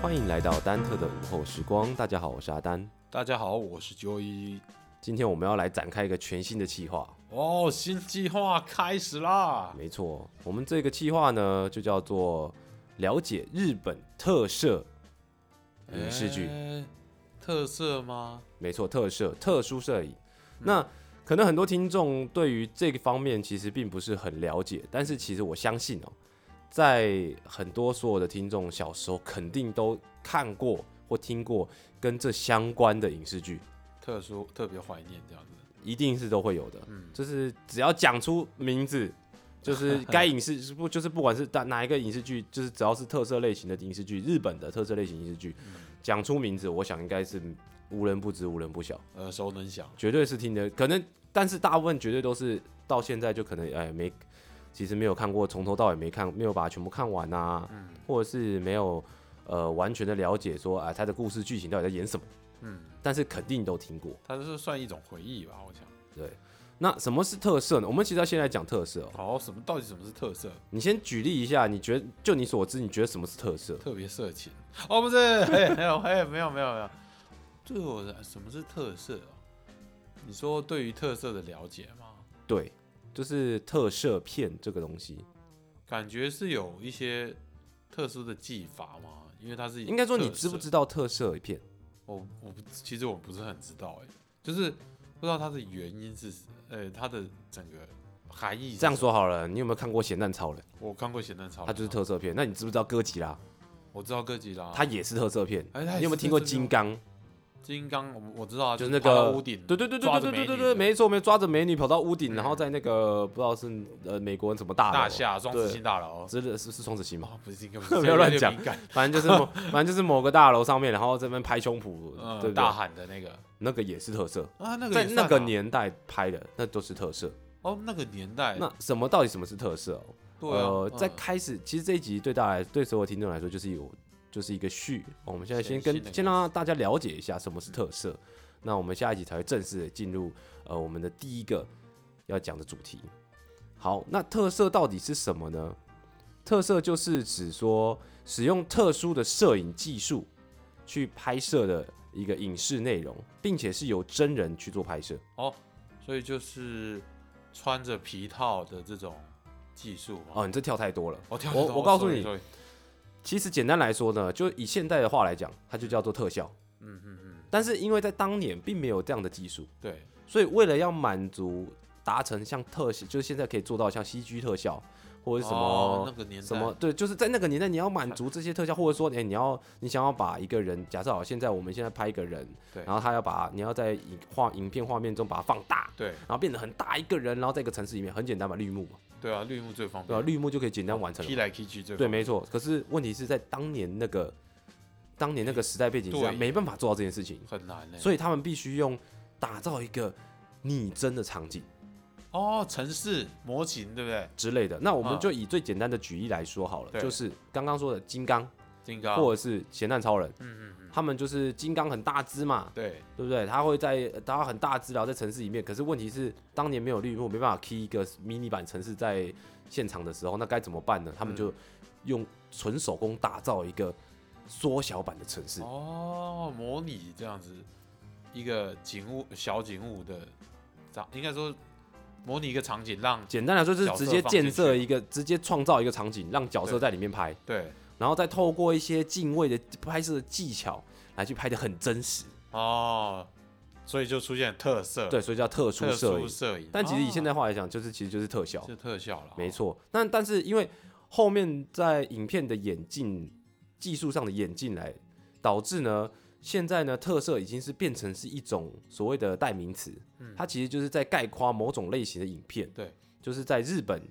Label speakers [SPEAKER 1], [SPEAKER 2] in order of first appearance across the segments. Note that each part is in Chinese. [SPEAKER 1] 欢迎来到丹特的午后时光。大家好，我是阿丹。
[SPEAKER 2] 大家好，我是九一。
[SPEAKER 1] 今天我们要来展开一个全新的计划。
[SPEAKER 2] 哦，新计划开始啦！
[SPEAKER 1] 没错，我们这个计划呢，就叫做了解日本特色
[SPEAKER 2] 嗯
[SPEAKER 1] 影视剧。
[SPEAKER 2] 诶特色吗？
[SPEAKER 1] 没错，特摄、特殊摄影。那可能很多听众对于这个方面其实并不是很了解，但是其实我相信哦，在很多所有的听众小时候肯定都看过或听过跟这相关的影视剧，
[SPEAKER 2] 特殊特别怀念这样子。
[SPEAKER 1] 一定是都会有的。就是只要讲出名字，就是该影视不就是不管是哪哪一个影视剧，就是只要是特色类型的影视剧，日本的特色类型影视剧，讲出名字，我想应该是无人不知、无人不晓。
[SPEAKER 2] 耳熟能详。
[SPEAKER 1] 绝对是听的，可能但是大部分绝对都是到现在就可能哎没，其实没有看过，从头到尾没看，没有把它全部看完啊，或者是没有呃完全的了解说啊它的故事剧情到底在演什么，嗯，但是肯定都听过。
[SPEAKER 2] 它就是算一种回忆吧，我想。
[SPEAKER 1] 对，那什么是特色呢？我们其实要先来讲特色哦。
[SPEAKER 2] 好，什么到底什么是特色？
[SPEAKER 1] 你先举例一下，你觉得就你所知，你觉得什么是特色？
[SPEAKER 2] 特别色情？哦，不是， 嘿没有，嘿，没有，没有，没有。对我来，什么是特色啊？你说对于特色的了解吗？
[SPEAKER 1] 对，就是特色片这个东西。
[SPEAKER 2] 感觉是有一些特殊的技法吗？因为它是
[SPEAKER 1] 应该说你
[SPEAKER 2] 特色
[SPEAKER 1] 知不知道特色片？
[SPEAKER 2] 我我不其实我不是很知道哎、就是不知道它的原因是，呃，它的整个含义。
[SPEAKER 1] 这样，说好了，你有没有看过《咸蛋超人》？
[SPEAKER 2] 我看过《咸蛋超人》，
[SPEAKER 1] 它就是，特色片。那你知不知道哥吉拉？
[SPEAKER 2] 啊我知道哥吉拉，
[SPEAKER 1] 它也是特色片。
[SPEAKER 2] 哎它也
[SPEAKER 1] 你有没有
[SPEAKER 2] 是
[SPEAKER 1] 听过
[SPEAKER 2] 特色
[SPEAKER 1] 金刚？
[SPEAKER 2] 金刚，我我知道啊，
[SPEAKER 1] 就是是那
[SPEAKER 2] 爬到
[SPEAKER 1] 个
[SPEAKER 2] 屋顶，
[SPEAKER 1] 对对对
[SPEAKER 2] 抓
[SPEAKER 1] 对
[SPEAKER 2] 着
[SPEAKER 1] 对对
[SPEAKER 2] 美
[SPEAKER 1] 对
[SPEAKER 2] 女
[SPEAKER 1] 对，
[SPEAKER 2] 的
[SPEAKER 1] 没错，没错抓着美女跑到屋顶，
[SPEAKER 2] 嗯
[SPEAKER 1] 然后在那个不知道是呃美国人什么大楼
[SPEAKER 2] 大厦双子
[SPEAKER 1] 对
[SPEAKER 2] 星大楼。
[SPEAKER 1] 之类是是双子 星嘛，
[SPEAKER 2] 哦，不是金刚，
[SPEAKER 1] 不要乱
[SPEAKER 2] 有点
[SPEAKER 1] 讲
[SPEAKER 2] 敏感
[SPEAKER 1] 反正就是某反正就是某个大楼上面，然后这边拍胸脯，对
[SPEAKER 2] 嗯，
[SPEAKER 1] 不
[SPEAKER 2] 大
[SPEAKER 1] 对？
[SPEAKER 2] 喊的那个
[SPEAKER 1] 那个也是特色，
[SPEAKER 2] 啊，那个
[SPEAKER 1] 在
[SPEAKER 2] 也
[SPEAKER 1] 那
[SPEAKER 2] 算
[SPEAKER 1] 个
[SPEAKER 2] 啊
[SPEAKER 1] 年代拍的，那都是特色。
[SPEAKER 2] 哦，那个年代，
[SPEAKER 1] 那什么到底什么是特色哦？
[SPEAKER 2] 对啊
[SPEAKER 1] 呃，
[SPEAKER 2] 嗯
[SPEAKER 1] 在开始，其实这一集对大家来，对所有听众来说，就是有就是一个序。哦我们现在先
[SPEAKER 2] 先
[SPEAKER 1] 跟
[SPEAKER 2] 先那个
[SPEAKER 1] 先让大家了解一下什么是特色，那我们下一集才会正式的进入呃我们的第一个要讲的主题。好，那特色到底是什么呢？特色就是指说使用特殊的摄影技术去拍摄的一个影视内容，并且是由真人去做拍摄。
[SPEAKER 2] 哦，所以就是穿着皮套的这种技术嘛。
[SPEAKER 1] 哦，你这跳太多了。
[SPEAKER 2] 哦，跳
[SPEAKER 1] 我我告诉你
[SPEAKER 2] 嗯
[SPEAKER 1] 其实简单来说呢，就以现代的话来讲，它就叫做特效。
[SPEAKER 2] 嗯嗯，
[SPEAKER 1] 但是因为在当年并没有这样的技术，
[SPEAKER 2] 对，
[SPEAKER 1] 所以为了要满足达成像特效，就是现在可以做到像 CG 特效或者是什么、
[SPEAKER 2] 哦那个年代
[SPEAKER 1] 什么，对，就是在那个年代你要满足这些特效，或者说哎、你要你想要把一个人，假设好现在我们现在拍一个人，
[SPEAKER 2] 对
[SPEAKER 1] 然后他要把你要在影画影片画面中把它放大。
[SPEAKER 2] 对
[SPEAKER 1] 然后变得很大一个人，然后在一个城市里面很简单嘛，绿幕嘛，
[SPEAKER 2] 对啊，绿幕最方
[SPEAKER 1] 对吧、
[SPEAKER 2] 便，
[SPEAKER 1] 绿幕就可以简单完成了嘛。
[SPEAKER 2] 踢来踢去最
[SPEAKER 1] 对，
[SPEAKER 2] 方便
[SPEAKER 1] 没错。可是问题是在当年那个当年那个时代背景下，
[SPEAKER 2] 对
[SPEAKER 1] 没办法做到这件事情，
[SPEAKER 2] 很难欸呢。
[SPEAKER 1] 所以他们必须用打造一个拟真的场景
[SPEAKER 2] 哦，城市模型对不对？
[SPEAKER 1] 之类的。那我们
[SPEAKER 2] 嗯
[SPEAKER 1] 就以最简单的举例来说好了，
[SPEAKER 2] 对
[SPEAKER 1] 就是刚刚说的金刚
[SPEAKER 2] 金刚，
[SPEAKER 1] 或者是咸蛋超人，
[SPEAKER 2] 嗯嗯嗯，
[SPEAKER 1] 他们就是金刚很大只嘛，
[SPEAKER 2] 对
[SPEAKER 1] 对不对？他会在他很大只，然后在城市里面。可是问题是，当年没有绿幕，没办法 key 一个迷你版城市在现场的时候，那该怎么办呢？他们
[SPEAKER 2] 嗯
[SPEAKER 1] 就用纯手工打造一个缩小版的城市。
[SPEAKER 2] 哦，模拟这样子一个景物小景物的场，应该说模拟一个场景让
[SPEAKER 1] 简单来说，就是
[SPEAKER 2] 角色
[SPEAKER 1] 直接
[SPEAKER 2] 放进
[SPEAKER 1] 建设
[SPEAKER 2] 去
[SPEAKER 1] 一个，直接创造一个场景，让角色
[SPEAKER 2] 对
[SPEAKER 1] 在里面拍，
[SPEAKER 2] 对
[SPEAKER 1] 然后再透过一些敬畏的拍摄技巧来去拍的很真实。
[SPEAKER 2] 哦，所以就出现特色，
[SPEAKER 1] 对，所以叫特殊
[SPEAKER 2] 特
[SPEAKER 1] 摄
[SPEAKER 2] 殊
[SPEAKER 1] 影。
[SPEAKER 2] 摄影，
[SPEAKER 1] 但其实以
[SPEAKER 2] 哦
[SPEAKER 1] 现代化来讲，就是其实就是特效。
[SPEAKER 2] 是特效了，
[SPEAKER 1] 没
[SPEAKER 2] 哦，
[SPEAKER 1] 错，但但是因为后面在影片的演进技术上的演进来，导致呢，现在呢特色已经是变成是一种所谓的代名词，它其实就是在概括某种类型的影片，
[SPEAKER 2] 嗯对，
[SPEAKER 1] 就是在日本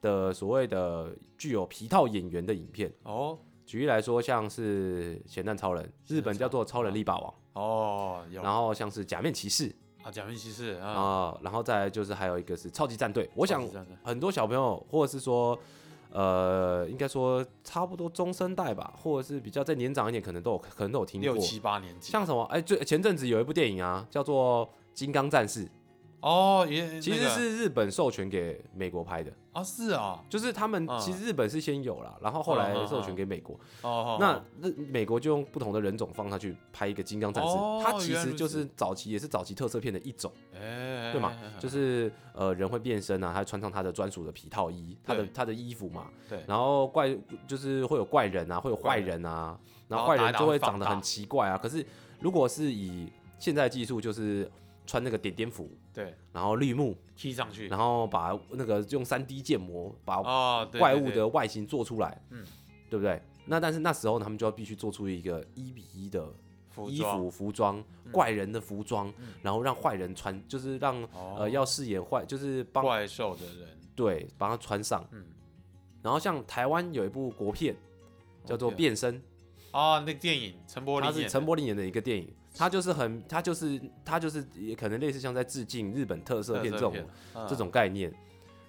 [SPEAKER 1] 的所谓的具有皮套演员的影片。
[SPEAKER 2] 哦
[SPEAKER 1] 举例来说，像是《咸蛋超人》，日本叫做《超人力霸王
[SPEAKER 2] 哦》，有
[SPEAKER 1] 然后像是《假面骑士》
[SPEAKER 2] 啊，假面骑士
[SPEAKER 1] 啊、
[SPEAKER 2] 啊，
[SPEAKER 1] 然后再来就是还有一个是《超级战队》，我想
[SPEAKER 2] 哦是这样子
[SPEAKER 1] 很多小朋友，或者是说，呃，应该说差不多中生代吧，或者是比较再年长一点，可能都有可能都有听
[SPEAKER 2] 六
[SPEAKER 1] 过，
[SPEAKER 2] 七八年级，
[SPEAKER 1] 像什么，哎、最前阵子有一部电影啊，叫做《金刚战士》，
[SPEAKER 2] 哦，也
[SPEAKER 1] 其
[SPEAKER 2] 那
[SPEAKER 1] 实
[SPEAKER 2] 个
[SPEAKER 1] 是日本授权给美国拍的，
[SPEAKER 2] 啊，是啊，
[SPEAKER 1] 就是他们
[SPEAKER 2] 嗯
[SPEAKER 1] 其实日本是先有啦，然后后来
[SPEAKER 2] 嗯嗯嗯
[SPEAKER 1] 授权给美国。
[SPEAKER 2] 哦，
[SPEAKER 1] 那日美国就用不同的人种放上去拍一个金刚战士
[SPEAKER 2] 哦，
[SPEAKER 1] 它其
[SPEAKER 2] 原来
[SPEAKER 1] 实
[SPEAKER 2] 如
[SPEAKER 1] 就
[SPEAKER 2] 此
[SPEAKER 1] 是早期也是早期特色片的一种。
[SPEAKER 2] 哎，
[SPEAKER 1] 对嘛
[SPEAKER 2] 哎？哎
[SPEAKER 1] 就是呃，人会变身啊，他穿上他的专属的皮套衣，他的
[SPEAKER 2] 对
[SPEAKER 1] 他的衣服嘛，
[SPEAKER 2] 对
[SPEAKER 1] 然后怪就是会有怪人啊，会有坏人啊，然后坏人就会长得很奇怪啊。可是如果是以现在技术，就是穿那个点点服，
[SPEAKER 2] 对
[SPEAKER 1] 然后绿幕，
[SPEAKER 2] 踢上去
[SPEAKER 1] 然后把那个用三 D 建模把
[SPEAKER 2] 哦，对
[SPEAKER 1] 怪物，
[SPEAKER 2] 对对
[SPEAKER 1] 的外形做出来，
[SPEAKER 2] 嗯
[SPEAKER 1] 对不对？那但是那时候呢他们就要必须做出一个一比一的
[SPEAKER 2] 服
[SPEAKER 1] 衣
[SPEAKER 2] 装嗯
[SPEAKER 1] 服、服装、怪人的服装，然后让坏人穿，就是让、
[SPEAKER 2] 哦
[SPEAKER 1] 呃要饰演坏，就是帮
[SPEAKER 2] 怪兽的人，
[SPEAKER 1] 对帮他穿上。
[SPEAKER 2] 嗯，
[SPEAKER 1] 然后像台湾有一部国片叫做《变身》，
[SPEAKER 2] 啊，那个电影陈哦柏霖
[SPEAKER 1] 它
[SPEAKER 2] 演
[SPEAKER 1] 是
[SPEAKER 2] 的
[SPEAKER 1] 陈柏霖演的一个电影，它就是很，它就是它就是也可能类似像在致敬日本特色片这种
[SPEAKER 2] 嗯
[SPEAKER 1] 这种概念。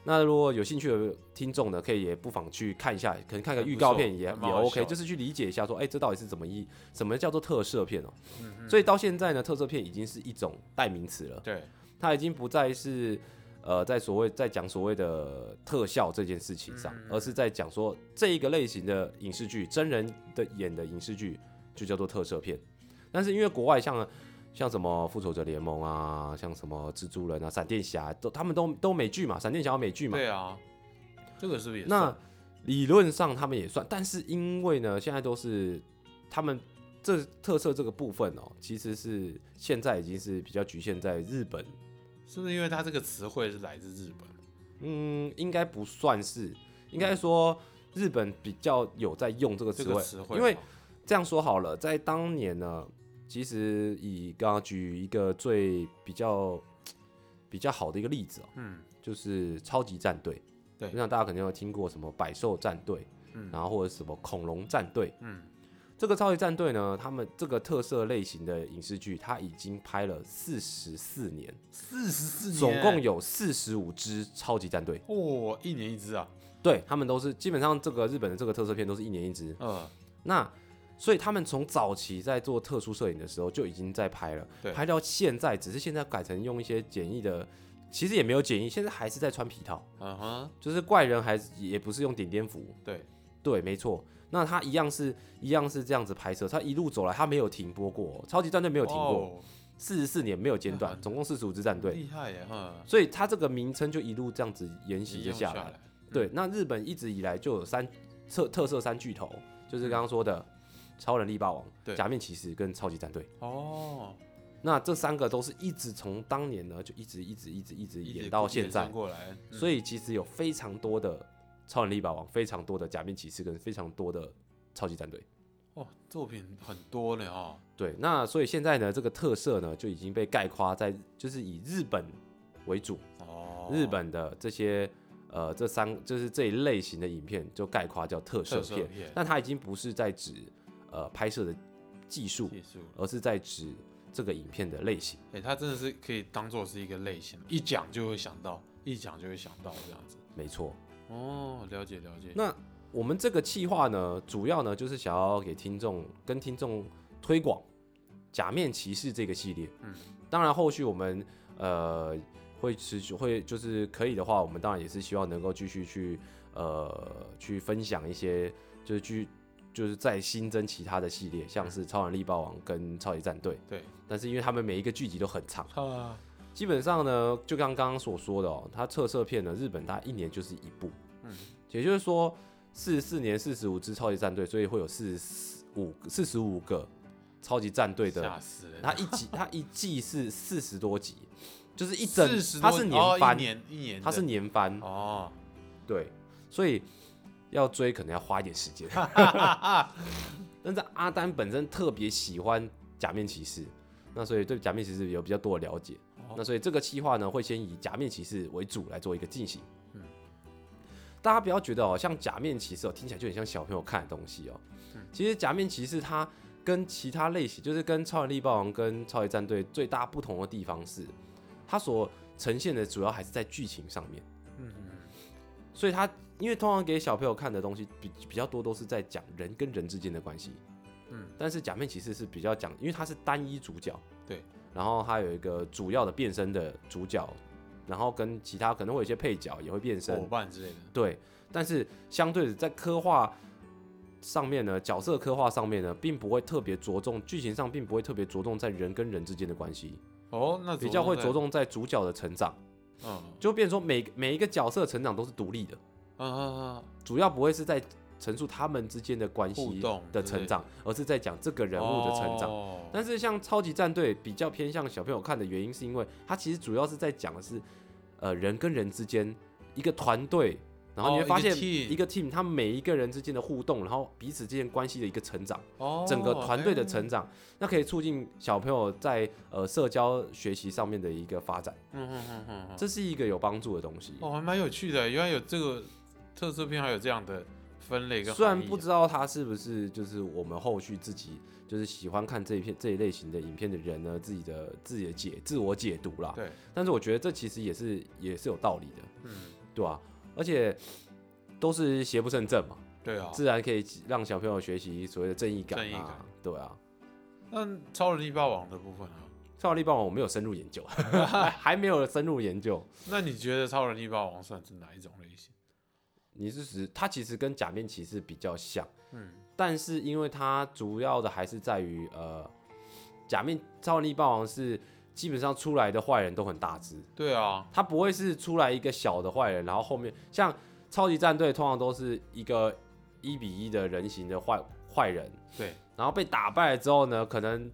[SPEAKER 1] 那如果有兴趣的听众呢，可以也不妨去看一下，可能看个
[SPEAKER 2] 很不
[SPEAKER 1] 预告
[SPEAKER 2] 错
[SPEAKER 1] 片也
[SPEAKER 2] 还
[SPEAKER 1] 也
[SPEAKER 2] 蛮好
[SPEAKER 1] OK，
[SPEAKER 2] 笑的
[SPEAKER 1] 就是去理解一下说，哎、这到底是怎么一什么叫做特摄片哦、
[SPEAKER 2] 嗯嗯
[SPEAKER 1] 所以到现在呢，特色片已经是一种代名词了，
[SPEAKER 2] 对，
[SPEAKER 1] 它已经不再是呃在所谓在讲所谓的特效这件事情上，
[SPEAKER 2] 嗯
[SPEAKER 1] 而是在讲说这一个类型的影视剧，真人的演的影视剧就叫做特摄片。但是因为国外像像什么复仇者联盟啊，像什么蜘蛛人啊、闪电侠都他们都都美剧嘛，闪电侠有美剧嘛，
[SPEAKER 2] 对啊，这个是不是也
[SPEAKER 1] 那
[SPEAKER 2] 算
[SPEAKER 1] 理论上他们也算，但是因为呢，现在都是他们这特色这个部分哦，其实是现在已经是比较局限在日本，
[SPEAKER 2] 是不是因为它这个词汇是来自日本？
[SPEAKER 1] 嗯，应该不算是，应该说日本比较有在用这个
[SPEAKER 2] 嗯这
[SPEAKER 1] 词
[SPEAKER 2] 个
[SPEAKER 1] 汇，
[SPEAKER 2] 词汇嘛，
[SPEAKER 1] 因为这样说好了，在当年呢，其实以刚刚举一个最比较比较好的一个例子哦，
[SPEAKER 2] 嗯，
[SPEAKER 1] 就是超级战队。
[SPEAKER 2] 对
[SPEAKER 1] 我想大家肯定有听过什么百兽战队，
[SPEAKER 2] 嗯
[SPEAKER 1] 然后或者什么恐龙战队，
[SPEAKER 2] 嗯，
[SPEAKER 1] 这个超级战队呢，他们这个特色类型的影视剧，它已经拍了四十四年，
[SPEAKER 2] 四十四年，
[SPEAKER 1] 总共有四十五支超级战队，
[SPEAKER 2] 哦，一年一只啊，
[SPEAKER 1] 对他们都是基本上这个日本的这个特色片都是一年一支，
[SPEAKER 2] 嗯，
[SPEAKER 1] 那所以他们从早期在做特殊摄影的时候就已经在拍了，
[SPEAKER 2] 对
[SPEAKER 1] 拍到现在，只是现在改成用一些简易的，其实也没有简易，现在还是在穿皮套，
[SPEAKER 2] 嗯哼，
[SPEAKER 1] 就是怪人还是也不是用点点服，
[SPEAKER 2] 对，
[SPEAKER 1] 对，没错。那他一样是一样是这样子拍摄，他一路走来他没有停播过，哦超级战队没有停过，
[SPEAKER 2] 哦，
[SPEAKER 1] 四十四年没有间 断，
[SPEAKER 2] 嗯
[SPEAKER 1] 总共四十五支战队，
[SPEAKER 2] 厉害耶，嗯，
[SPEAKER 1] 所以他这个名称就一路这样子沿袭着
[SPEAKER 2] 用
[SPEAKER 1] 下
[SPEAKER 2] 下
[SPEAKER 1] 来。，对，那日本一直以来就有三特特色三巨头，就是刚刚说的超人力霸王、
[SPEAKER 2] 嗯对
[SPEAKER 1] 假面骑士跟超级战队。
[SPEAKER 2] 哦，
[SPEAKER 1] 那这三个都是一直从当年呢就一直一直一直一直
[SPEAKER 2] 一
[SPEAKER 1] 演
[SPEAKER 2] 直
[SPEAKER 1] 到
[SPEAKER 2] 延
[SPEAKER 1] 现
[SPEAKER 2] 伸
[SPEAKER 1] 在，
[SPEAKER 2] 过来，嗯
[SPEAKER 1] 所以其实有非常多的超人力霸王，非常多的假面骑士跟非常多的超级战队。
[SPEAKER 2] 哦，作品很多呢哦，
[SPEAKER 1] 对，那所以现在呢，这个特色呢就已经被概括在就是以日本为主，
[SPEAKER 2] 哦，
[SPEAKER 1] 日本的这些呃这三就是这一类型的影片就概括叫特色
[SPEAKER 2] 特色
[SPEAKER 1] 片，
[SPEAKER 2] 片
[SPEAKER 1] 但它已经不是在指呃拍摄的技术，
[SPEAKER 2] 技术，
[SPEAKER 1] 而是在指这个影片的类型。
[SPEAKER 2] 哎，它真的是可以当做是一个类型，一讲就会想到，一讲就会想到这样子，
[SPEAKER 1] 没错，
[SPEAKER 2] 哦，了解了解，
[SPEAKER 1] 那我们这个企划呢，主要呢就是想要给听众跟听众推广《假面骑士》这个系列。
[SPEAKER 2] 嗯，
[SPEAKER 1] 当然后续我们呃会持续会就是可以的话，我们当然也是希望能够继续去呃去分享一些就是去。就是再新增其他的系列，像是超人力霸王跟超级战队，
[SPEAKER 2] 对，
[SPEAKER 1] 但是因为他们每一个剧集都很长，
[SPEAKER 2] 啊，
[SPEAKER 1] 基本上呢，就像刚刚所说的哦，它特色片呢，日本它一年就是一部，
[SPEAKER 2] 嗯
[SPEAKER 1] 也就是说四十四年四十五支超级战队，所以会有四十五四十五个超级战队的，
[SPEAKER 2] 吓死人，
[SPEAKER 1] 它一 集它一季是四十多集，就是一整
[SPEAKER 2] 40
[SPEAKER 1] 它
[SPEAKER 2] 多
[SPEAKER 1] 是
[SPEAKER 2] 哦
[SPEAKER 1] 年番，
[SPEAKER 2] 一年一年的，
[SPEAKER 1] 它是年番，
[SPEAKER 2] 哦，
[SPEAKER 1] 对，所以要追可能要花一点时间。但是阿丹本身特别喜欢假面骑士，那所以对假面骑士有比较多的了解。
[SPEAKER 2] 哦
[SPEAKER 1] 那所以这个企划呢，会先以假面骑士为主来做一个进行。
[SPEAKER 2] 嗯
[SPEAKER 1] 大家不要觉得哦，像假面骑士哦，听起来就很像小朋友看的东西哦。
[SPEAKER 2] 嗯
[SPEAKER 1] 其实假面骑士它跟其他类型，就是跟超人力霸王跟超级战队最大不同的地方是，它所呈现的主要还是在剧情上面。
[SPEAKER 2] 嗯嗯。
[SPEAKER 1] 所以他因为通常给小朋友看的东西比比较多，都是在讲人跟人之间的关系。
[SPEAKER 2] 嗯，
[SPEAKER 1] 但是假面骑士是比较讲，因为他是单一主角，
[SPEAKER 2] 对，
[SPEAKER 1] 然后他有一个主要的变身的主角然后跟其他可能会有一些配角也会变身
[SPEAKER 2] 伙，伴之类的，
[SPEAKER 1] 对，但是相对的，在刻画上面呢，角色刻画上面呢，并不会特别着重，剧情上并不会特别着重在人跟人之间的关系，
[SPEAKER 2] 哦，那
[SPEAKER 1] 比较会着
[SPEAKER 2] 重
[SPEAKER 1] 重在主角的成长，
[SPEAKER 2] 在，嗯
[SPEAKER 1] 就变成说每每一个角色的成长都是独立的，
[SPEAKER 2] 嗯嗯
[SPEAKER 1] 主要不会是在陈述他们之间的关
[SPEAKER 2] 互
[SPEAKER 1] 系
[SPEAKER 2] 动
[SPEAKER 1] 的
[SPEAKER 2] 之
[SPEAKER 1] 成
[SPEAKER 2] 类哦
[SPEAKER 1] 长，而是在讲这个人物的成长。
[SPEAKER 2] 长
[SPEAKER 1] 但是像超级战队比较偏向小朋友看的原因，是因为它其实主要是在讲的是，呃，人跟人之间一个团队，然后你
[SPEAKER 2] 哦
[SPEAKER 1] 会发
[SPEAKER 2] 一个
[SPEAKER 1] 现
[SPEAKER 2] team
[SPEAKER 1] 一个 team 他们每一个人之间的互动，然后彼此之间关系的一个成长，
[SPEAKER 2] 哦，
[SPEAKER 1] 整个团队的
[SPEAKER 2] 哎
[SPEAKER 1] 成长，那可以促进小朋友在呃社交学习上面的一个发展，
[SPEAKER 2] 嗯嗯嗯嗯嗯，
[SPEAKER 1] 这是一个有帮助的东西。
[SPEAKER 2] 哦，还蛮有趣的，原来有这个特色片，还有这样的分类跟
[SPEAKER 1] 虽然
[SPEAKER 2] 含义啊
[SPEAKER 1] 不知道他是不是就是我们后续自己就是喜欢看这一片这一类型的影片的人呢，自己的自己的解自我解读啦
[SPEAKER 2] 啊。对，
[SPEAKER 1] 但是我觉得这其实也是也是有道理的，
[SPEAKER 2] 嗯，
[SPEAKER 1] 对吧、而且都是邪不胜正嘛，
[SPEAKER 2] 对啊，
[SPEAKER 1] 自然可以让小朋友学习所谓的正义感
[SPEAKER 2] 正义
[SPEAKER 1] 啊
[SPEAKER 2] 感，
[SPEAKER 1] 对啊。
[SPEAKER 2] 那超人力霸王的部分啊，
[SPEAKER 1] 超能力霸王我没有深入研究，还还没有深入研究。
[SPEAKER 2] 那你觉得超人力霸王算是哪一种类型？
[SPEAKER 1] 你是指它其实跟假面骑士比较像，
[SPEAKER 2] 嗯，
[SPEAKER 1] 但是因为它主要的还是在于呃，假面超能力霸王是基本上出来的坏人都很大只，
[SPEAKER 2] 对啊，
[SPEAKER 1] 他不会是出来一个小的坏人，然后后面像超级战队通常都是一个一比一的人形的坏坏人，
[SPEAKER 2] 对，
[SPEAKER 1] 然后被打败了之后呢，可能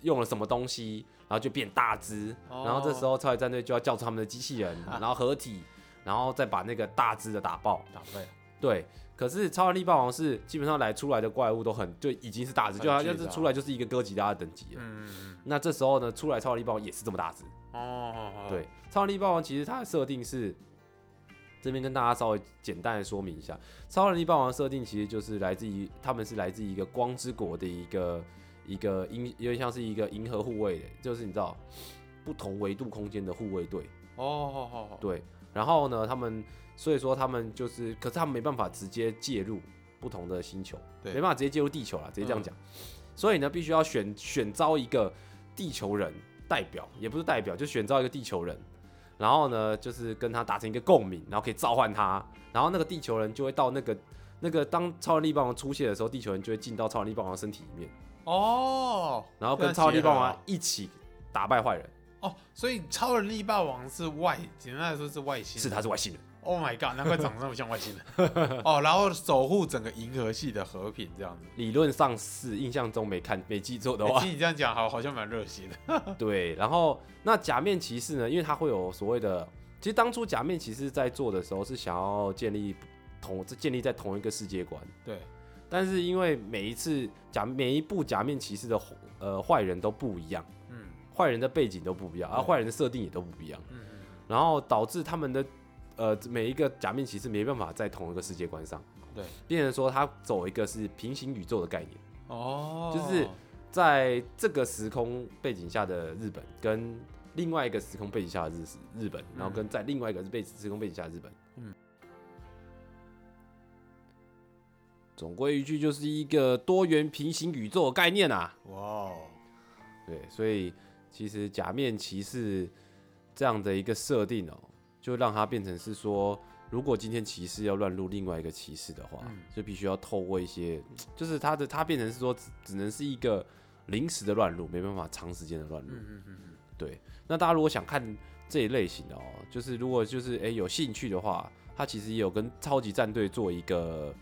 [SPEAKER 1] 用了什么东西，然后就变大只，
[SPEAKER 2] 哦啊
[SPEAKER 1] 然后这时候超级战队就要叫出他们的机器人，然后合体，然后再把那个大只的打爆。
[SPEAKER 2] 打败，
[SPEAKER 1] 对，可是超能力霸王是基本上来出来的怪物都很就已经是大只，就它
[SPEAKER 2] 很巨
[SPEAKER 1] 要
[SPEAKER 2] 大
[SPEAKER 1] 是出来就是一个哥吉拉的等级了。
[SPEAKER 2] 嗯嗯
[SPEAKER 1] 那这时候呢，出来超能力霸王也是这么大只。
[SPEAKER 2] 嗯，哦，
[SPEAKER 1] 对，超能力霸王其实它的设定是，这边跟大家稍微简单的说明一下，超能力霸王的设定其实就是来自于他们是来自一个光之国的一个一个银，有点像是一个银河护卫的，就是你知道不同维度空间的护卫队，
[SPEAKER 2] 哦，好好好，
[SPEAKER 1] 对。然后呢，他们所以说他们就是，可是他们没办法直接介入不同的星球，
[SPEAKER 2] 对
[SPEAKER 1] 没办法直接介入地球啦，直接这样
[SPEAKER 2] 嗯
[SPEAKER 1] 讲。所以呢，必须要选选招一个地球人代表，也不是代表，就选招一个地球人。然后呢，就是跟他达成一个共鸣，然后可以召唤他，然后那个地球人就会到那个那个当超能力霸王出现的时候，地球人就会进到超能力霸王的身体里面，
[SPEAKER 2] 哦，
[SPEAKER 1] 然后
[SPEAKER 2] 这
[SPEAKER 1] 跟
[SPEAKER 2] 样
[SPEAKER 1] 超能力
[SPEAKER 2] 结合
[SPEAKER 1] 霸王
[SPEAKER 2] 啊
[SPEAKER 1] 一起打败坏人。
[SPEAKER 2] 哦，所以超人力霸王是外，简单来说是外星人，
[SPEAKER 1] 是他是外星人，
[SPEAKER 2] Oh my god！难怪长得那么像外星人 哦，然后守护整个银河系的和平这样子。
[SPEAKER 1] 理论上是，印象中没看没记错的
[SPEAKER 2] 欸
[SPEAKER 1] 话，
[SPEAKER 2] 听你这样讲，好好像蛮热血的。
[SPEAKER 1] 对，然后那假面骑士呢，因为它会有所谓的，其实当初假面骑士在做的时候是想要建立同建立在同一个世界观，
[SPEAKER 2] 对，
[SPEAKER 1] 但是因为每一次假每一部假面骑士的呃坏人都不一样，
[SPEAKER 2] 嗯
[SPEAKER 1] 坏人的背景都不一样，而啊
[SPEAKER 2] 对
[SPEAKER 1] 坏人的设定也都不一样，
[SPEAKER 2] 嗯
[SPEAKER 1] 然后导致他们的呃每一个假面骑士没办法在同一个世界观上，
[SPEAKER 2] 对，
[SPEAKER 1] 变成说他走一个是平行宇宙的概念。
[SPEAKER 2] 哦，
[SPEAKER 1] 就是在这个时空背景下的日本，跟另外一个时空背景下的日日本，然后跟在另外一个背时空背景下的日本，嗯
[SPEAKER 2] 嗯，
[SPEAKER 1] 总归一句就是一个多元平行宇宙的概念啊。
[SPEAKER 2] 哇哦，
[SPEAKER 1] 对，所以其实假面骑士这样的一个设定哦、就让它变成是说，如果今天骑士要乱入另外一个骑士的话，
[SPEAKER 2] 嗯
[SPEAKER 1] 就必须要透过一些，就是它的它变成是说，只只能是一个临时的乱入，没办法长时间的乱入。
[SPEAKER 2] 嗯嗯嗯嗯，
[SPEAKER 1] 对，那大家如果想看这一类型的哦、就是如果就是诶有兴趣的话，它其实也有跟超级战队做一个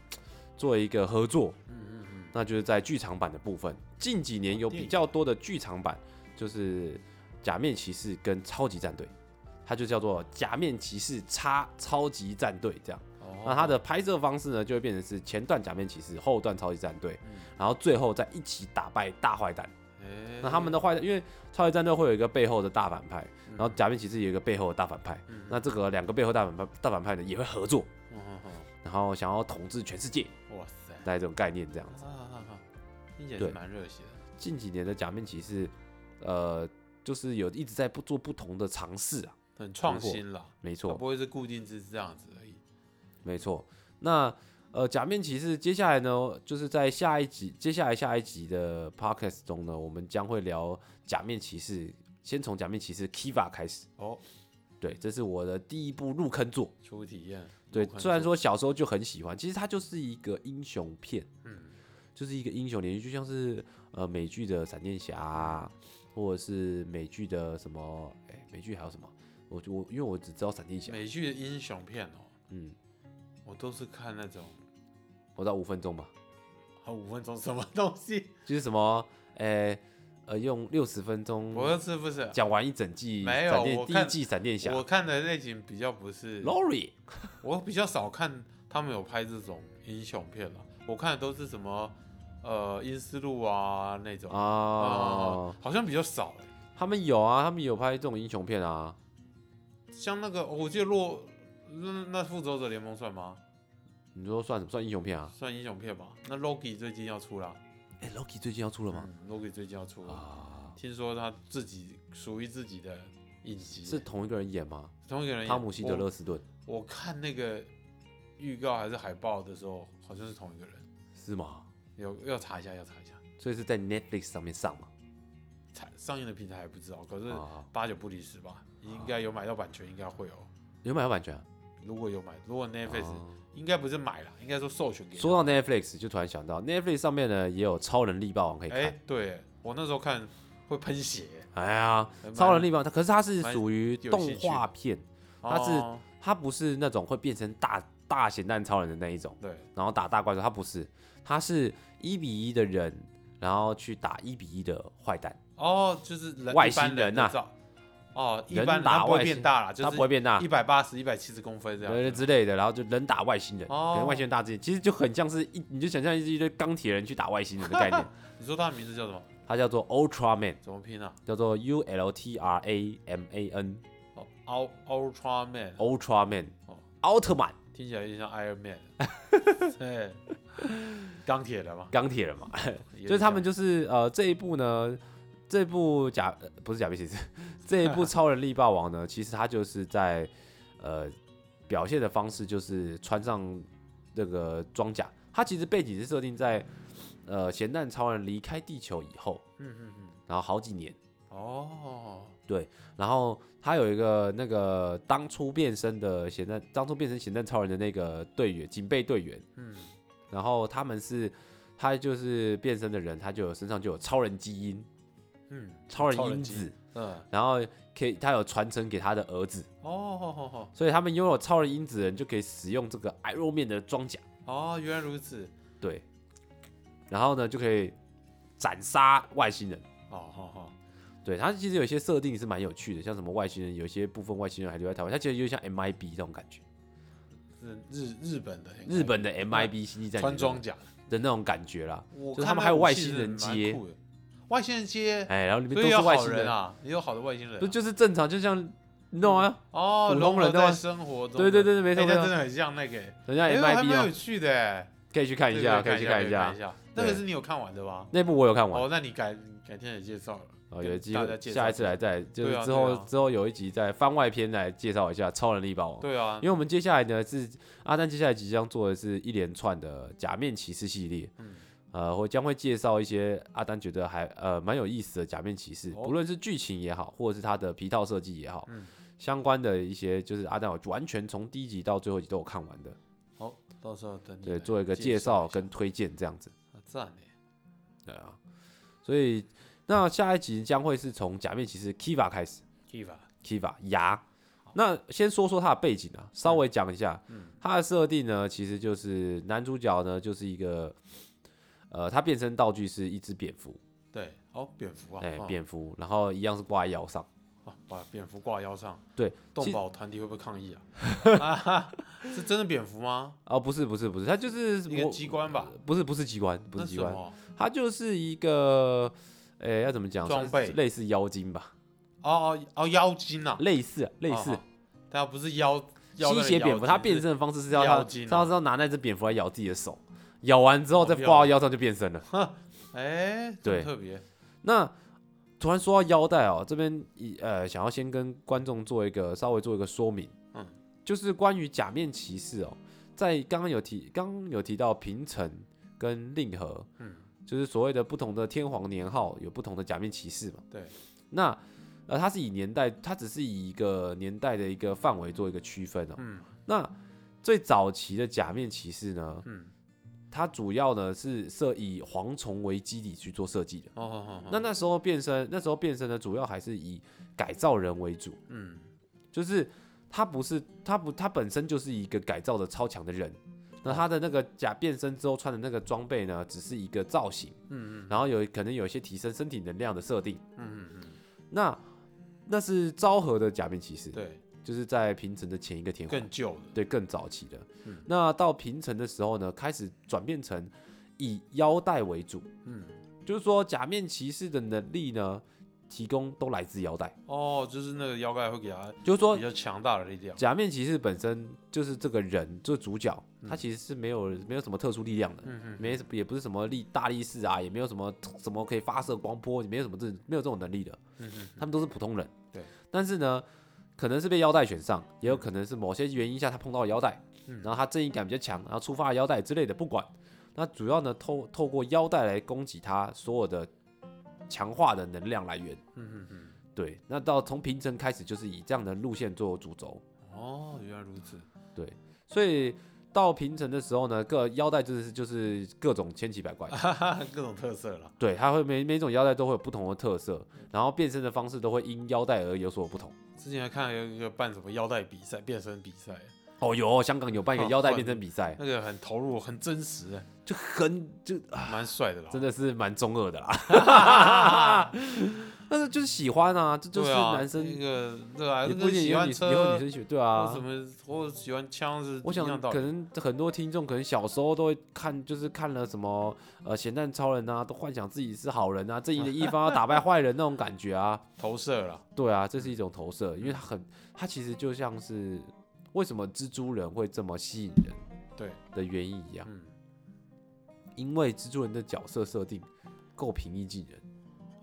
[SPEAKER 1] 做一个合作，嗯嗯嗯，那就是在剧场版的部分，近几
[SPEAKER 2] 哦
[SPEAKER 1] 年有比较多的剧场版，就是假面骑士跟超级战队，它就叫做假面骑士叉超级战队这样。
[SPEAKER 2] 哦
[SPEAKER 1] 那它的拍摄方式呢，就会变成是前段假面骑士，后段超级战队，
[SPEAKER 2] 嗯
[SPEAKER 1] 然后最后再一起打败大坏蛋。
[SPEAKER 2] 欸
[SPEAKER 1] 那他们的坏，因为超级战队会有一个背后的大反派，
[SPEAKER 2] 嗯
[SPEAKER 1] 然后假面骑士也有一个背后的大反派。那这个两个背后大反派大反派呢也会合作，
[SPEAKER 2] 嗯嗯嗯
[SPEAKER 1] 然后想要统治全世界，
[SPEAKER 2] 哇塞，
[SPEAKER 1] 大概这种概念这样子。
[SPEAKER 2] 啊啊啊！听起来
[SPEAKER 1] 对
[SPEAKER 2] 是蛮热血的。
[SPEAKER 1] 近几年的假面骑士，呃，就是有一直在不做不同的尝试啊，
[SPEAKER 2] 很创新啦，
[SPEAKER 1] 没
[SPEAKER 2] 它
[SPEAKER 1] 错，
[SPEAKER 2] 啊不会是固定是这样子而已。
[SPEAKER 1] 没错。那呃，假面骑士接下来呢，就是在下一集，接下来下一集的 podcast 中呢，我们将会聊假面骑士，先从假面骑士 Kiva 开始。
[SPEAKER 2] 哦，
[SPEAKER 1] 对，这是我的第一部入坑作。
[SPEAKER 2] 初体验。
[SPEAKER 1] 对
[SPEAKER 2] 入，坑
[SPEAKER 1] 虽然
[SPEAKER 2] 作
[SPEAKER 1] 说小时候就很喜欢，其实它就是一个英雄片，
[SPEAKER 2] 嗯
[SPEAKER 1] 就是一个英雄连续剧，就像是呃美剧的闪电侠、啊，或者是美剧的什么，哎、美剧还有什么？我就我因为我只知道闪电侠，
[SPEAKER 2] 美剧的英雄片哦，
[SPEAKER 1] 嗯，
[SPEAKER 2] 我都是看那种
[SPEAKER 1] 我到五分钟吧，
[SPEAKER 2] 啊五分钟什么东西，
[SPEAKER 1] 就是什么，哎、呃，用六十分钟
[SPEAKER 2] 我是不是？
[SPEAKER 1] 讲完一整季
[SPEAKER 2] 没有
[SPEAKER 1] 闪电
[SPEAKER 2] 我
[SPEAKER 1] 第一
[SPEAKER 2] 看
[SPEAKER 1] 季闪电侠
[SPEAKER 2] 我看的类型比较不是，
[SPEAKER 1] ，Lori，
[SPEAKER 2] 我比较少看他们有拍这种英雄片了，我看的都是什么呃英丝路啊那种
[SPEAKER 1] 啊
[SPEAKER 2] 啊，，好像比较少欸、
[SPEAKER 1] 他们有啊，他们有拍这种英雄片啊，
[SPEAKER 2] 像那个我记得洛那那复仇者联盟算吗？
[SPEAKER 1] 你说算什么？算英雄片啊？
[SPEAKER 2] 算英雄片吧。那 Loki 最近要出了，
[SPEAKER 1] 哎、l o k i 最近要出了吗？
[SPEAKER 2] 嗯？Loki 最近要出了，
[SPEAKER 1] 啊，
[SPEAKER 2] 听说他自己属于自己的影集，
[SPEAKER 1] 是同一个人演吗？
[SPEAKER 2] 同一个人演。
[SPEAKER 1] 汤姆希德勒斯顿
[SPEAKER 2] 我，我看那个预告还是海报的时候，好像是同一个人。
[SPEAKER 1] 是吗？
[SPEAKER 2] 有要查一下，要查一下。
[SPEAKER 1] 所以是在 Netflix 上面上嘛？
[SPEAKER 2] 查上映的平台还不知道，可是
[SPEAKER 1] 啊，
[SPEAKER 2] 八九不离十吧，应该有买到版权，应该会有。
[SPEAKER 1] 有买到版权、啊？
[SPEAKER 2] 如果有买，如果 Netflix、
[SPEAKER 1] 哦
[SPEAKER 2] 应该不是买了，应该说授权给他。
[SPEAKER 1] 说到 Netflix，就突然想到 Netflix 上面呢也有《超能力霸王》可以
[SPEAKER 2] 哎、
[SPEAKER 1] 看。
[SPEAKER 2] 对我那时候看会喷血，
[SPEAKER 1] 哎呀，
[SPEAKER 2] 蛮
[SPEAKER 1] 《超能力霸王》它可是它是
[SPEAKER 2] 蛮
[SPEAKER 1] 属于
[SPEAKER 2] 有
[SPEAKER 1] 动
[SPEAKER 2] 兴趣
[SPEAKER 1] 画片，它是
[SPEAKER 2] 哦
[SPEAKER 1] 它不是那种会变成大大咸蛋超人的那一种，
[SPEAKER 2] 对
[SPEAKER 1] 然后打大怪兽，它不是，它是一比一的人，然后去打一比一的坏蛋，
[SPEAKER 2] 哦，就是人
[SPEAKER 1] 外
[SPEAKER 2] 一般
[SPEAKER 1] 星人呐
[SPEAKER 2] 的照哦，一
[SPEAKER 1] 人
[SPEAKER 2] 般人
[SPEAKER 1] 打
[SPEAKER 2] 他不会
[SPEAKER 1] 外
[SPEAKER 2] 变
[SPEAKER 1] 星
[SPEAKER 2] 大啦，就
[SPEAKER 1] 它
[SPEAKER 2] 是
[SPEAKER 1] 不会变大
[SPEAKER 2] 一。百八十、一百七十公分这样
[SPEAKER 1] 对
[SPEAKER 2] 子。
[SPEAKER 1] 之类的，然后就人打外星人，
[SPEAKER 2] 哦
[SPEAKER 1] 跟外星人大之间，其实就很像是一，你就想象一堆钢铁人去打外星人的概 念。
[SPEAKER 2] 你说他的名字叫什么？
[SPEAKER 1] 它叫做 Ultra Man，
[SPEAKER 2] 怎么拼啊？
[SPEAKER 1] 叫做 U L T R A M A N
[SPEAKER 2] 哦，Ul Ultra Man，
[SPEAKER 1] Ultra Man，
[SPEAKER 2] 哦
[SPEAKER 1] 奥特曼，
[SPEAKER 2] 听起来有点像 Iron Man，对， 钢铁人嘛，
[SPEAKER 1] 钢铁人嘛，
[SPEAKER 2] 也
[SPEAKER 1] 就是他
[SPEAKER 2] 这
[SPEAKER 1] 们
[SPEAKER 2] 样
[SPEAKER 1] 就是呃这一部呢，这部假呃不是假面骑士，这一 部超人力霸王呢，其实它就是在呃表现的方式就是穿上那个装甲，它其实背景是设定在呃咸蛋超人离开地球以后，
[SPEAKER 2] 嗯嗯嗯，
[SPEAKER 1] 然后好几年。
[SPEAKER 2] 哦，
[SPEAKER 1] 然后他有一个那个当初变身的咸蛋，当初变身咸蛋超人的那个队员，警备队员。
[SPEAKER 2] 嗯，
[SPEAKER 1] 然后他们是，他就是变身的人，他就有身上就有超人基因，
[SPEAKER 2] 嗯
[SPEAKER 1] 超人
[SPEAKER 2] 超人
[SPEAKER 1] 因
[SPEAKER 2] 基
[SPEAKER 1] 子，
[SPEAKER 2] 嗯，
[SPEAKER 1] 然后可以他有传承给他的儿子，
[SPEAKER 2] 哦，好好好，
[SPEAKER 1] 所以他们拥有超人因子的人就可以使用这个 Iron Man 的装甲，
[SPEAKER 2] 哦，原来如此，
[SPEAKER 1] 对，然后呢就可以斩杀外星人。
[SPEAKER 2] 哦，好好，
[SPEAKER 1] 对，它其实有一些设定是蛮有趣的，像什么外星人，有些部分外星人还留在台湾，它其实有点像 MIB 这种感觉，
[SPEAKER 2] 是日日本的
[SPEAKER 1] 日本的 MIB 星际战
[SPEAKER 2] 哎
[SPEAKER 1] 警那种
[SPEAKER 2] 穿装甲，
[SPEAKER 1] 的那种感觉啦。
[SPEAKER 2] 我
[SPEAKER 1] 就是
[SPEAKER 2] 看
[SPEAKER 1] 他们
[SPEAKER 2] 那
[SPEAKER 1] 还有
[SPEAKER 2] 武
[SPEAKER 1] 外
[SPEAKER 2] 器
[SPEAKER 1] 星
[SPEAKER 2] 是
[SPEAKER 1] 人
[SPEAKER 2] 蛮
[SPEAKER 1] 街
[SPEAKER 2] 酷的，外星人街，
[SPEAKER 1] 哎，然后里面
[SPEAKER 2] 所
[SPEAKER 1] 都是
[SPEAKER 2] 以有
[SPEAKER 1] 外
[SPEAKER 2] 好
[SPEAKER 1] 星
[SPEAKER 2] 人
[SPEAKER 1] 人，
[SPEAKER 2] 啊，也有好的外星人啊，
[SPEAKER 1] 不就是正常，就像你懂啊？
[SPEAKER 2] 哦，
[SPEAKER 1] 普通
[SPEAKER 2] 融合
[SPEAKER 1] 人的
[SPEAKER 2] 在
[SPEAKER 1] 吗
[SPEAKER 2] 生活中的，
[SPEAKER 1] 对对对对，没
[SPEAKER 2] 哎，
[SPEAKER 1] 错没
[SPEAKER 2] 那真
[SPEAKER 1] 错，
[SPEAKER 2] 的很像那个欸，
[SPEAKER 1] 人家
[SPEAKER 2] 哎呦，还
[SPEAKER 1] MIB
[SPEAKER 2] 蛮
[SPEAKER 1] 啊
[SPEAKER 2] 有，趣的欸，
[SPEAKER 1] 可以去看一下，
[SPEAKER 2] 对对
[SPEAKER 1] 可以去看一下
[SPEAKER 2] 看一。下，那个
[SPEAKER 1] 对
[SPEAKER 2] 是你有看完的吧？
[SPEAKER 1] 那部我有看完，
[SPEAKER 2] 哦，那你改改天也介绍了。
[SPEAKER 1] 哦，
[SPEAKER 2] 跟
[SPEAKER 1] 有机
[SPEAKER 2] 大家
[SPEAKER 1] 会
[SPEAKER 2] 介
[SPEAKER 1] 下
[SPEAKER 2] 绍
[SPEAKER 1] 一次
[SPEAKER 2] 一
[SPEAKER 1] 来再，就
[SPEAKER 2] 对
[SPEAKER 1] 是
[SPEAKER 2] 啊
[SPEAKER 1] 之
[SPEAKER 2] 对
[SPEAKER 1] 后
[SPEAKER 2] 啊
[SPEAKER 1] 之后有一集再番外篇来介绍一下超能力霸王。
[SPEAKER 2] 对啊
[SPEAKER 1] 哦因，为我们接下来呢是阿丹接下来即将做的是一连串的假面骑士系列，
[SPEAKER 2] 嗯
[SPEAKER 1] 呃，我将会介绍一些阿丹觉得还呃蛮有意思的假面骑士，
[SPEAKER 2] 哦
[SPEAKER 1] 不论是剧情也好，或者是它的皮套设计也好，
[SPEAKER 2] 嗯
[SPEAKER 1] 相关的一些就是阿丹我完全从第一集到最后一集都有看完的，
[SPEAKER 2] 好，到时候等你
[SPEAKER 1] 对，
[SPEAKER 2] 来
[SPEAKER 1] 做一个介
[SPEAKER 2] 介
[SPEAKER 1] 绍
[SPEAKER 2] 绍
[SPEAKER 1] 跟推荐这样子，
[SPEAKER 2] 一下啊赞耶
[SPEAKER 1] 对啊，所以那下一集将会是从假面骑士 Kiva 开始
[SPEAKER 2] Kiva
[SPEAKER 1] ，Kiva 牙。那先说说它的背景啊，稍微讲一下，
[SPEAKER 2] 嗯
[SPEAKER 1] 它的设定呢，其实就是男主角呢就是一个，呃，他变身道具是一只蝙蝠，
[SPEAKER 2] 对，哦，蝙蝠啊，
[SPEAKER 1] 哎、
[SPEAKER 2] 哦
[SPEAKER 1] 蝙蝠，然后一样是挂在腰上，
[SPEAKER 2] 哦把蝙蝠挂腰上，
[SPEAKER 1] 对，
[SPEAKER 2] 动
[SPEAKER 1] 其实
[SPEAKER 2] 保团体会不会抗议啊？啊 哈是真的蝙蝠吗？
[SPEAKER 1] 哦，不是不是不是，它就是
[SPEAKER 2] 一个
[SPEAKER 1] 我
[SPEAKER 2] 机关吧，
[SPEAKER 1] 不是不是机关，不
[SPEAKER 2] 那
[SPEAKER 1] 是机
[SPEAKER 2] 是什
[SPEAKER 1] 关，
[SPEAKER 2] 么？
[SPEAKER 1] 它就是一个，哎、要怎么讲，
[SPEAKER 2] 装
[SPEAKER 1] 算是
[SPEAKER 2] 备
[SPEAKER 1] 类似妖精吧，
[SPEAKER 2] 哦哦哦，妖精啊，
[SPEAKER 1] 类似类似
[SPEAKER 2] 哦，，它不是妖，妖
[SPEAKER 1] 吸
[SPEAKER 2] 的
[SPEAKER 1] 血
[SPEAKER 2] 妖
[SPEAKER 1] 蝙蝠，它
[SPEAKER 2] 精
[SPEAKER 1] 变
[SPEAKER 2] 是
[SPEAKER 1] 身的方式是要
[SPEAKER 2] 妖
[SPEAKER 1] 它，
[SPEAKER 2] 精哦
[SPEAKER 1] 它是要拿那只蝙蝠来咬自己的手，咬完之后
[SPEAKER 2] 好
[SPEAKER 1] 再
[SPEAKER 2] 妙
[SPEAKER 1] 挂到
[SPEAKER 2] 哦
[SPEAKER 1] 腰上就变身了。
[SPEAKER 2] 哎，这么
[SPEAKER 1] 对
[SPEAKER 2] 特别，
[SPEAKER 1] 那突然说到腰带哦，这边一呃，想要先跟观众做一个稍微做一个说明，
[SPEAKER 2] 嗯，
[SPEAKER 1] 就是关于假面骑士哦，在刚刚有提，刚刚有提到平城跟令和，
[SPEAKER 2] 嗯，
[SPEAKER 1] 就是所谓的不同的天皇年号有不同的假面骑士嘛，
[SPEAKER 2] 对，
[SPEAKER 1] 那。呃，它是以年代，它只是以一个年代的一个范围做一个区分哦。
[SPEAKER 2] 嗯
[SPEAKER 1] 那最早期的假面骑士呢，
[SPEAKER 2] 嗯，
[SPEAKER 1] 它主要呢是设以蝗虫为基底去做设计的。
[SPEAKER 2] 哦哦哦，
[SPEAKER 1] 那那时候变身，那时候变身呢，主要还是以改造人为主，
[SPEAKER 2] 嗯
[SPEAKER 1] 就是他不是他不他本身就是一个改造的超强的人，
[SPEAKER 2] 哦
[SPEAKER 1] 那他的那个假变身之后穿的那个装备呢，只是一个造型，
[SPEAKER 2] 嗯嗯
[SPEAKER 1] 然后有可能有一些提升身体能量的设定。
[SPEAKER 2] 嗯嗯，
[SPEAKER 1] 那那是昭和的假面骑士，
[SPEAKER 2] 对，
[SPEAKER 1] 就是在平成的前一个天皇
[SPEAKER 2] 更，旧的，
[SPEAKER 1] 对，更早期的。
[SPEAKER 2] 嗯
[SPEAKER 1] 那到平成的时候呢，开始转变成以腰带为主，
[SPEAKER 2] 嗯，
[SPEAKER 1] 就是说假面骑士的能力呢，提供都来自腰带，
[SPEAKER 2] 哦，就是那个腰带会给他
[SPEAKER 1] 就是说
[SPEAKER 2] 比较强大的力量，
[SPEAKER 1] 假面骑士本身就是这个人，这主角，他
[SPEAKER 2] 嗯
[SPEAKER 1] 其实是没有没有什么特殊力量的，
[SPEAKER 2] 嗯嗯
[SPEAKER 1] 没也不是什么力大力士啊，也没有什么什么可以发射光波，也没有什么这没有这种能力的，
[SPEAKER 2] 嗯嗯，
[SPEAKER 1] 他们都是普通人。
[SPEAKER 2] 对，
[SPEAKER 1] 但是呢，可能是被腰带选上，也有可能是某些原因下他碰到了腰带，
[SPEAKER 2] 嗯
[SPEAKER 1] 然后他正义感比较强，然后触发了腰带之类的，不管。那主要呢，透透过腰带来供给他所有的强化的能量来源。
[SPEAKER 2] 嗯嗯嗯，
[SPEAKER 1] 对，那到从平成开始就是以这样的路线做主轴，
[SPEAKER 2] 哦，原来如此，
[SPEAKER 1] 所以到平成的时候呢，各腰带就是就是各种千奇百怪，
[SPEAKER 2] 哈哈，各种特色了，
[SPEAKER 1] 对，它会每每种腰带都会有不同的特色，然后变身的方式都会因腰带而有所不同。
[SPEAKER 2] 之前还看了一个办什么腰带比赛、变身比赛，
[SPEAKER 1] 哦，有香港有办一个
[SPEAKER 2] 哦
[SPEAKER 1] 腰带
[SPEAKER 2] 换
[SPEAKER 1] 变身比 赛，
[SPEAKER 2] 那个很投入，很真实，
[SPEAKER 1] 就很就
[SPEAKER 2] 蛮帅的啦，
[SPEAKER 1] 真
[SPEAKER 2] 的，
[SPEAKER 1] 的是蛮中二的 啦。但是就是喜欢啊，这就是男生，
[SPEAKER 2] 那个对啊，
[SPEAKER 1] 也
[SPEAKER 2] 那
[SPEAKER 1] 不
[SPEAKER 2] 个
[SPEAKER 1] 一定
[SPEAKER 2] 喜
[SPEAKER 1] 有
[SPEAKER 2] 欢
[SPEAKER 1] 女
[SPEAKER 2] 车，
[SPEAKER 1] 也有女生喜欢，对
[SPEAKER 2] 或
[SPEAKER 1] 啊
[SPEAKER 2] 什。么或者喜欢枪是
[SPEAKER 1] 我想
[SPEAKER 2] 一样道理
[SPEAKER 1] 可能很多听众可能小时候都会看，就是看了什么呃咸蛋超人啊，都幻想自己是好人啊，正义的一方要打败坏人那种感觉啊。
[SPEAKER 2] 投射了，
[SPEAKER 1] 对啊，这是一种投射，因为它很，它其实就像是为什么蜘蛛人会这么吸引人
[SPEAKER 2] 对，
[SPEAKER 1] 的原因一样，
[SPEAKER 2] 嗯，
[SPEAKER 1] 因为蜘蛛人的角色设定够平易近人，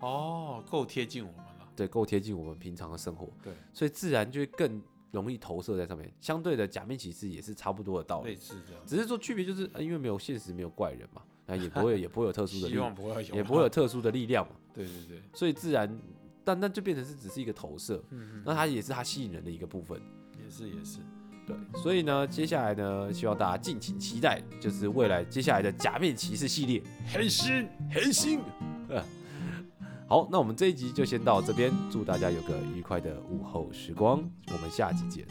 [SPEAKER 2] 哦，够贴近我们了，
[SPEAKER 1] 对，够贴近我们平常的生活，
[SPEAKER 2] 对，
[SPEAKER 1] 所以自然就会更容易投射在上面。相对的，假面骑士也是差不多的道理，
[SPEAKER 2] 类似这样，
[SPEAKER 1] 只是说区别就是、呃因为没有现实，没有怪人嘛，啊， 也不会也不会有特殊的
[SPEAKER 2] 希
[SPEAKER 1] 力，
[SPEAKER 2] 望不会有，
[SPEAKER 1] 也不会有，特殊的力量嘛，
[SPEAKER 2] 对对对，
[SPEAKER 1] 所以自然，但那就变成是只是一个投射，
[SPEAKER 2] 嗯
[SPEAKER 1] 那它也是它吸引人的一个部分。
[SPEAKER 2] 嗯，也是也是，
[SPEAKER 1] 对，所以呢，接下来呢，希望大家敬请期待，就是未来接下来的假面骑士系列。
[SPEAKER 2] 黑心
[SPEAKER 1] 黑心。好，那我们这一集就先到这边，祝大家有个愉快的午后时光，我们下集见，